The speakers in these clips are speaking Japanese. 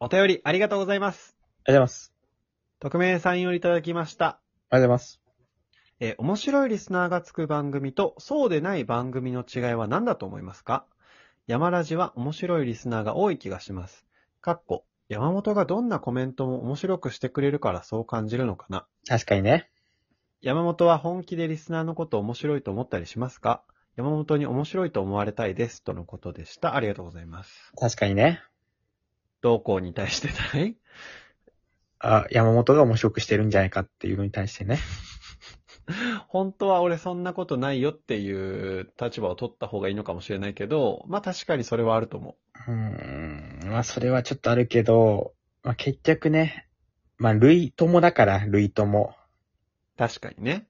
お便りありがとうございます。ありがとうございます。匿名さんよりいただきました。ありがとうございます。えー面白いリスナーがつく番組と、そうでない番組の違いは何だと思いますか山ラジは面白いリスナーが多い気がします。かっこ、山本がどんなコメントも面白くしてくれるからそう感じるのかな。確かにね。山本は本気でリスナーのこと面白いと思ったりしますか山本に面白いと思われたいです。とのことでした。ありがとうございます。確かにね。同行に対してだいあ、山本が面白くしてるんじゃないかっていうのに対してね。 本当は俺そんなことないよっていう立場を取った方がいいのかもしれないけど、まあ確かにそれはあると思う。うーん。まあ、それはちょっとあるけど、まあ、結局ね、まあ、類友だから、類友。確かにね。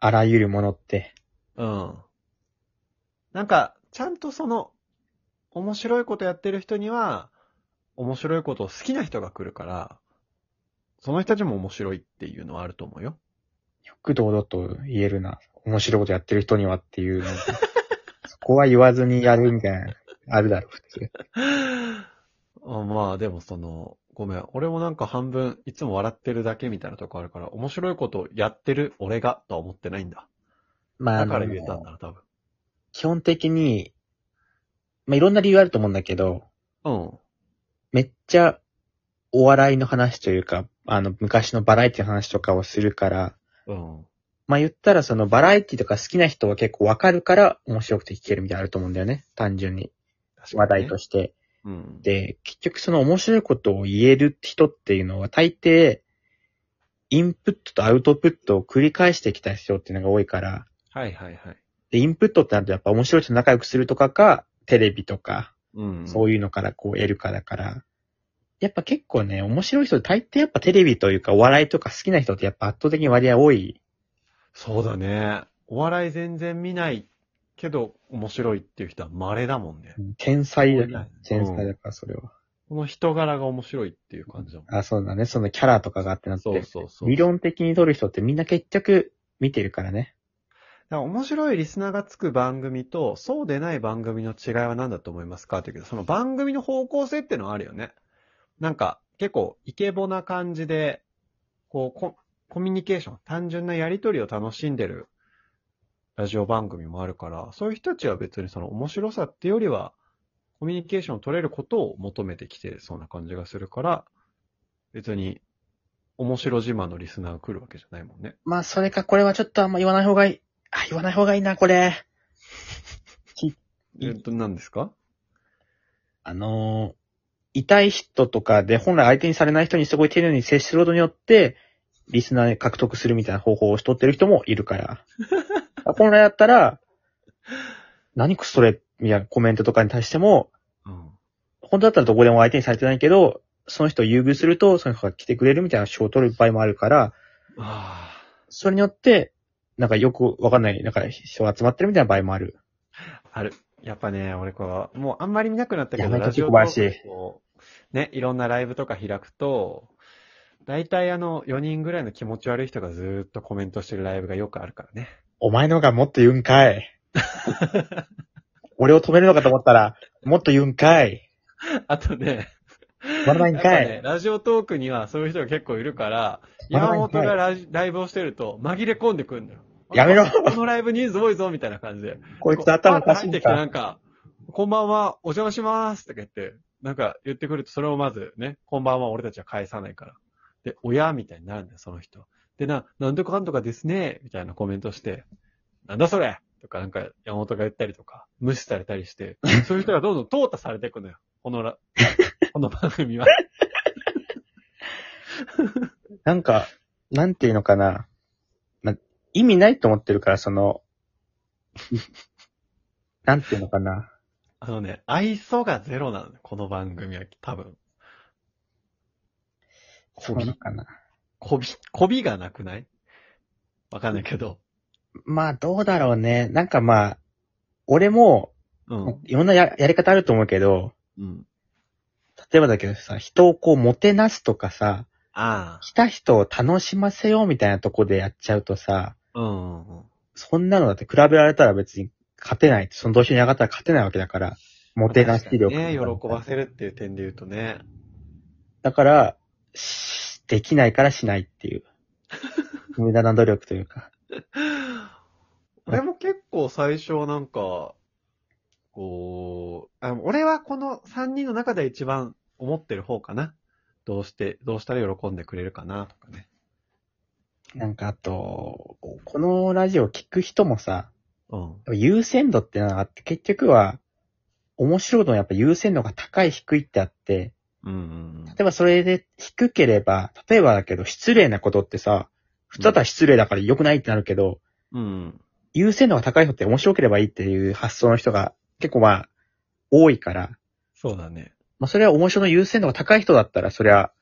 あらゆるものって。うん。なんか、ちゃんとその、面白いことやってる人には、面白いことを好きな人が来るから、その人たちも面白いっていうのはあると思う よ。よく堂々と言えるな。面白いことやってる人にはっていうの。そこは言わずにやるみたいな、あるだろう、普通。あまあ、でもその、ごめん。俺もなんか半分、いつも笑ってるだけみたいなとこあるから、面白いことをやってる俺がとは思ってないんだ。まあ、あだのから言えたんだな、多分。基本的に、まあ、いろんな理由あると思うんだけど、うん。めっちゃお笑いの話というか、あの、昔のバラエティの話とかをするから、うん。まあ言ったらそのバラエティとか好きな人は結構わかるから面白くて聞けるみたいなのあると思うんだよね。単純に。確かにね話題として。うん。で、結局その面白いことを言える人っていうのは大抵、インプットとアウトプットを繰り返してきた人っていうのが多いから、はいはいはい。で、インプットってなるとやっぱ面白い人と仲良くするとかか、テレビとか、うん。そういうのからこう得るかだから、やっぱ結構ね、面白い人、大抵やっぱテレビというかお笑いとか好きな人ってやっぱ圧倒的に割合多い。そうだね。お笑い全然見ないけど面白いっていう人は稀だもんね。天才だ多いねね。天才だから、それは。この人柄が面白いっていう感じだもん。あ、そうだね。そのキャラとかがあってなって。そうそうそう。理論的に取る人ってみんな結局見てるからね。だから面白いリスナーがつく番組と、そうでない番組の違いは何だと思いますかって言うけど、その番組の方向性ってのはあるよね。なんか、結構、イケボな感じで、こうコ、コミュニケーション、単純なやりとりを楽しんでるラジオ番組もあるから、そういう人たちは別にその面白さってよりは、コミュニケーションを取れることを求めてきてそうな感じがするから、別に、面白自慢のリスナーが来るわけじゃないもんね。まあ、それか、これはちょっとあんま言わない方がいい。あ、言わない方がいいな、これ。えっと、何ですかあのー痛い人とかで本来相手にされない人にすごい丁寧に接することによって、リスナーで獲得するみたいな方法を取ってる人もいる から。本来だったら、何それみたいなコメントとかに対しても、うん。本当だったらどこでも相手にされてないけど、その人を優遇すると、その人が来てくれるみたいな賞を取る場合もあるから、あそれによって、なんかよくわかんない、なんか人が集まってるみたいな場合もある。あ、ある。やっぱね、俺こう、もうあんまり見なくなったけやど、めとけラジオ小林トークでこうね、いろんなライブとか開くと、大体あの、4人ぐらいの気持ち悪い人がずーっとコメントしてるライブがよくあるからね。 お前の方がもっと言うんかい。俺を止めるのかと思ったら、もっと言うんかい。あとね、止まらないんやっぱかい。ね、ラジオトークにはそういう人が結構いるから、まだ山まだいっ本ぱいがラジライブをしてると紛れ込んでくるんだよ。やめろこのライブ人数多いぞみたいな感じで。こいつ頭おかしい入っんてきてなか。んか、こんばんは、お邪魔しますとか言って、なんか言ってくると、それをまずね、こんばんは俺たちは返さないから。で、親みたいになるんだよ、その人。で、な、なんとかかんとかですね、みたいなコメントして、なんだそれとかなんか山本が言ったりとか、無視されたりして、そういう人がどんどん淘汰されていくのよ。この ら、この番組は。なんか、なんていうのかな。ま、意味ないと思ってるから、その、 なんていうのかな。あのね、愛想がゼロなのよ、この番組は多分。そこびうなの、かな。こび、こびがなくないわかんないけど。まあ、どうだろうね。なんかまあ、俺も、うん。いろんなややり方あると思うけど、うん。例えばだけどさ、人をこう、もてなすとかさ、あ来た人を楽しませようみたいなとこでやっちゃうとさ、あ。うんうんうん。そんなのだって比べられたら別に勝てない。その同士に上がったら勝てないわけだから、もてなし力。ね、喜ばせるっていう点で言うと ね。だから、しできないからしないって いう。無駄な努力というか。俺も結構最初なんか、こう、あ俺はこの3人の中で一番思ってる方かな。どうして、どうしたら喜んでくれるかなとかね。なんかあと、このラジオ聞く人もさ、うん。優先度ってのがあって、結局は、面白度のやっぱ優先度が高い低いってあって、うんうん例えばそれで低ければ、例えばだけど失礼なことってさ、普通だったら失礼だから良くないってなるけど、うん。うん。優先度が高い人って面白ければいいっていう発想の人が結構まあ、多いから、そうだね。まあそれは面白の優先度が高い人だったら、そりゃ、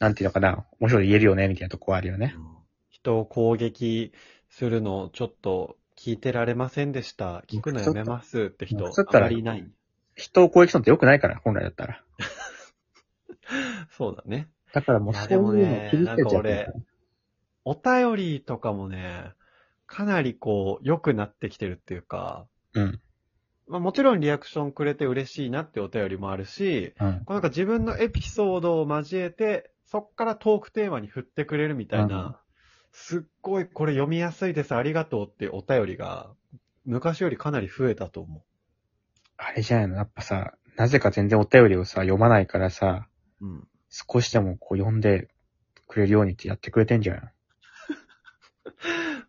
なんていうのかな、面白い言えるよね、みたいなとこはあるよね。人を攻撃するのちょっと聞いてられませんでした。聞くのやめますって人、くそっあたらまりいない。人を攻撃するのって良くないから、本来だったら。そうだね。だからもういそやういうのをでもね切り捨てちゃってなんかお便りとかもね、かなりこう、良くなってきてるっていうか、うん。まあもちろんリアクションくれて嬉しいなってお便りもあるし、うん。こうなんか自分のエピソードを交えて、そっからトークテーマに振ってくれるみたいうんな、すっごいこれ読みやすいです、ありがとうっていうお便りが、昔よりかなり増えたと思あれじゃないのやっぱさ、なぜか全然お便りをさ、読まないからさ、う。うん。少しでもこう読んでくれるようにってやってくれてんじゃん。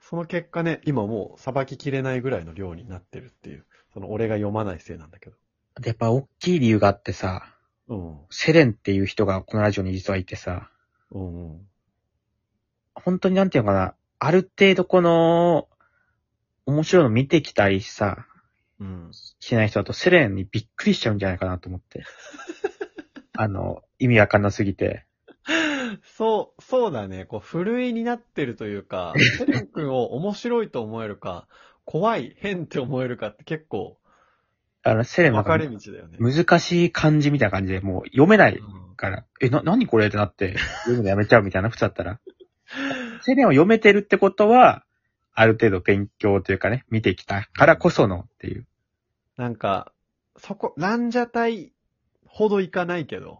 その結果ね、今もうさばききれないぐらいの量になってるっていう、その俺が読まないせいなんだけど。で、やっぱ大きい理由があってさ、うん。セレンっていう人がこのラジオに実はいてさ、うんうん。本当になんていうのかな、ある程度この、面白いの見てきたりさ、うん。しない人だとセレンにびっくりしちゃうんじゃないかなと思って。あの、意味わかんなすぎて。そう、そうだね。こう、ふるいになってるというか、セレン君を面白いと思えるか、怖い、変って思えるかって結構、あの、セレンの分中かでれ道だよね。難しい漢字みたいな感じで、もう読めなういんから、え、な、何これってなって、読むのやめちゃうみたいな、普通だったら。セレンを読めてるってことは、ある程度勉強というかね、見てきたからこそのっていう。なんか、そこ、ランジャタイほどいかないけど、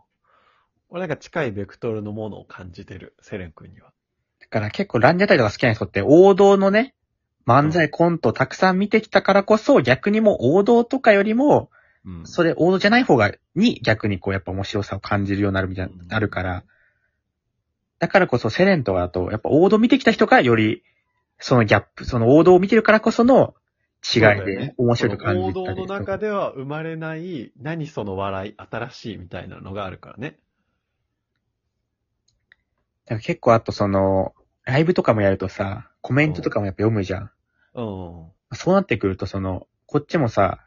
俺なんか近いベクトルのものを感じてる、セレン君には。だから結構ランジャタイとか好きな人って王道のね、漫才コントたくさん見てきたからこそ、逆にもう王道とかよりも、うんそれ王道じゃない方が、に逆にこうやっぱ面白さを感じるようになるみたいなう、んなるから。だからこそセレンとかだと、やっぱ王道見てきた人がより、そのギャップ、その王道を見てるからこその違いで、面白いと感じたりこのと王か。道の中では生まれない、何その笑い、新しいみたいなのがあるからね。だから結構あとその、ライブとかもやるとさ、コメントとかもやっぱ読むじゃん。うん。そうなってくるとその、こっちもさ、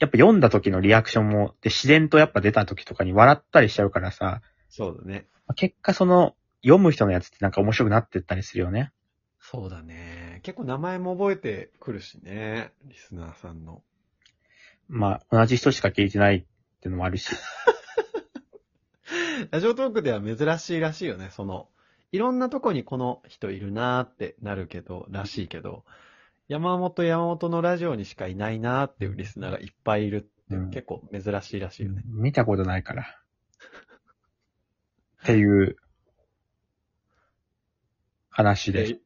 やっぱ読んだ時のリアクションも、で自然とやっぱ出た時とかに笑ったりしちゃうからさ、そうだね。まあ結果その、読む人のやつってなんか面白くなってったりするよね。そうだね。結構名前も覚えてくるしね。リスナーさんの。まあ、同じ人しか聞いてないってのもあるし。 ラジオトークでは珍しいらしいよね。その、いろんなとこにこの人いるなーってなるけど、らしいけど、山本山本のラジオにしかいないなーっていうリスナーがいっぱいいるって、うん結構珍しいらしいよね。見たことないから。っていう、話です。で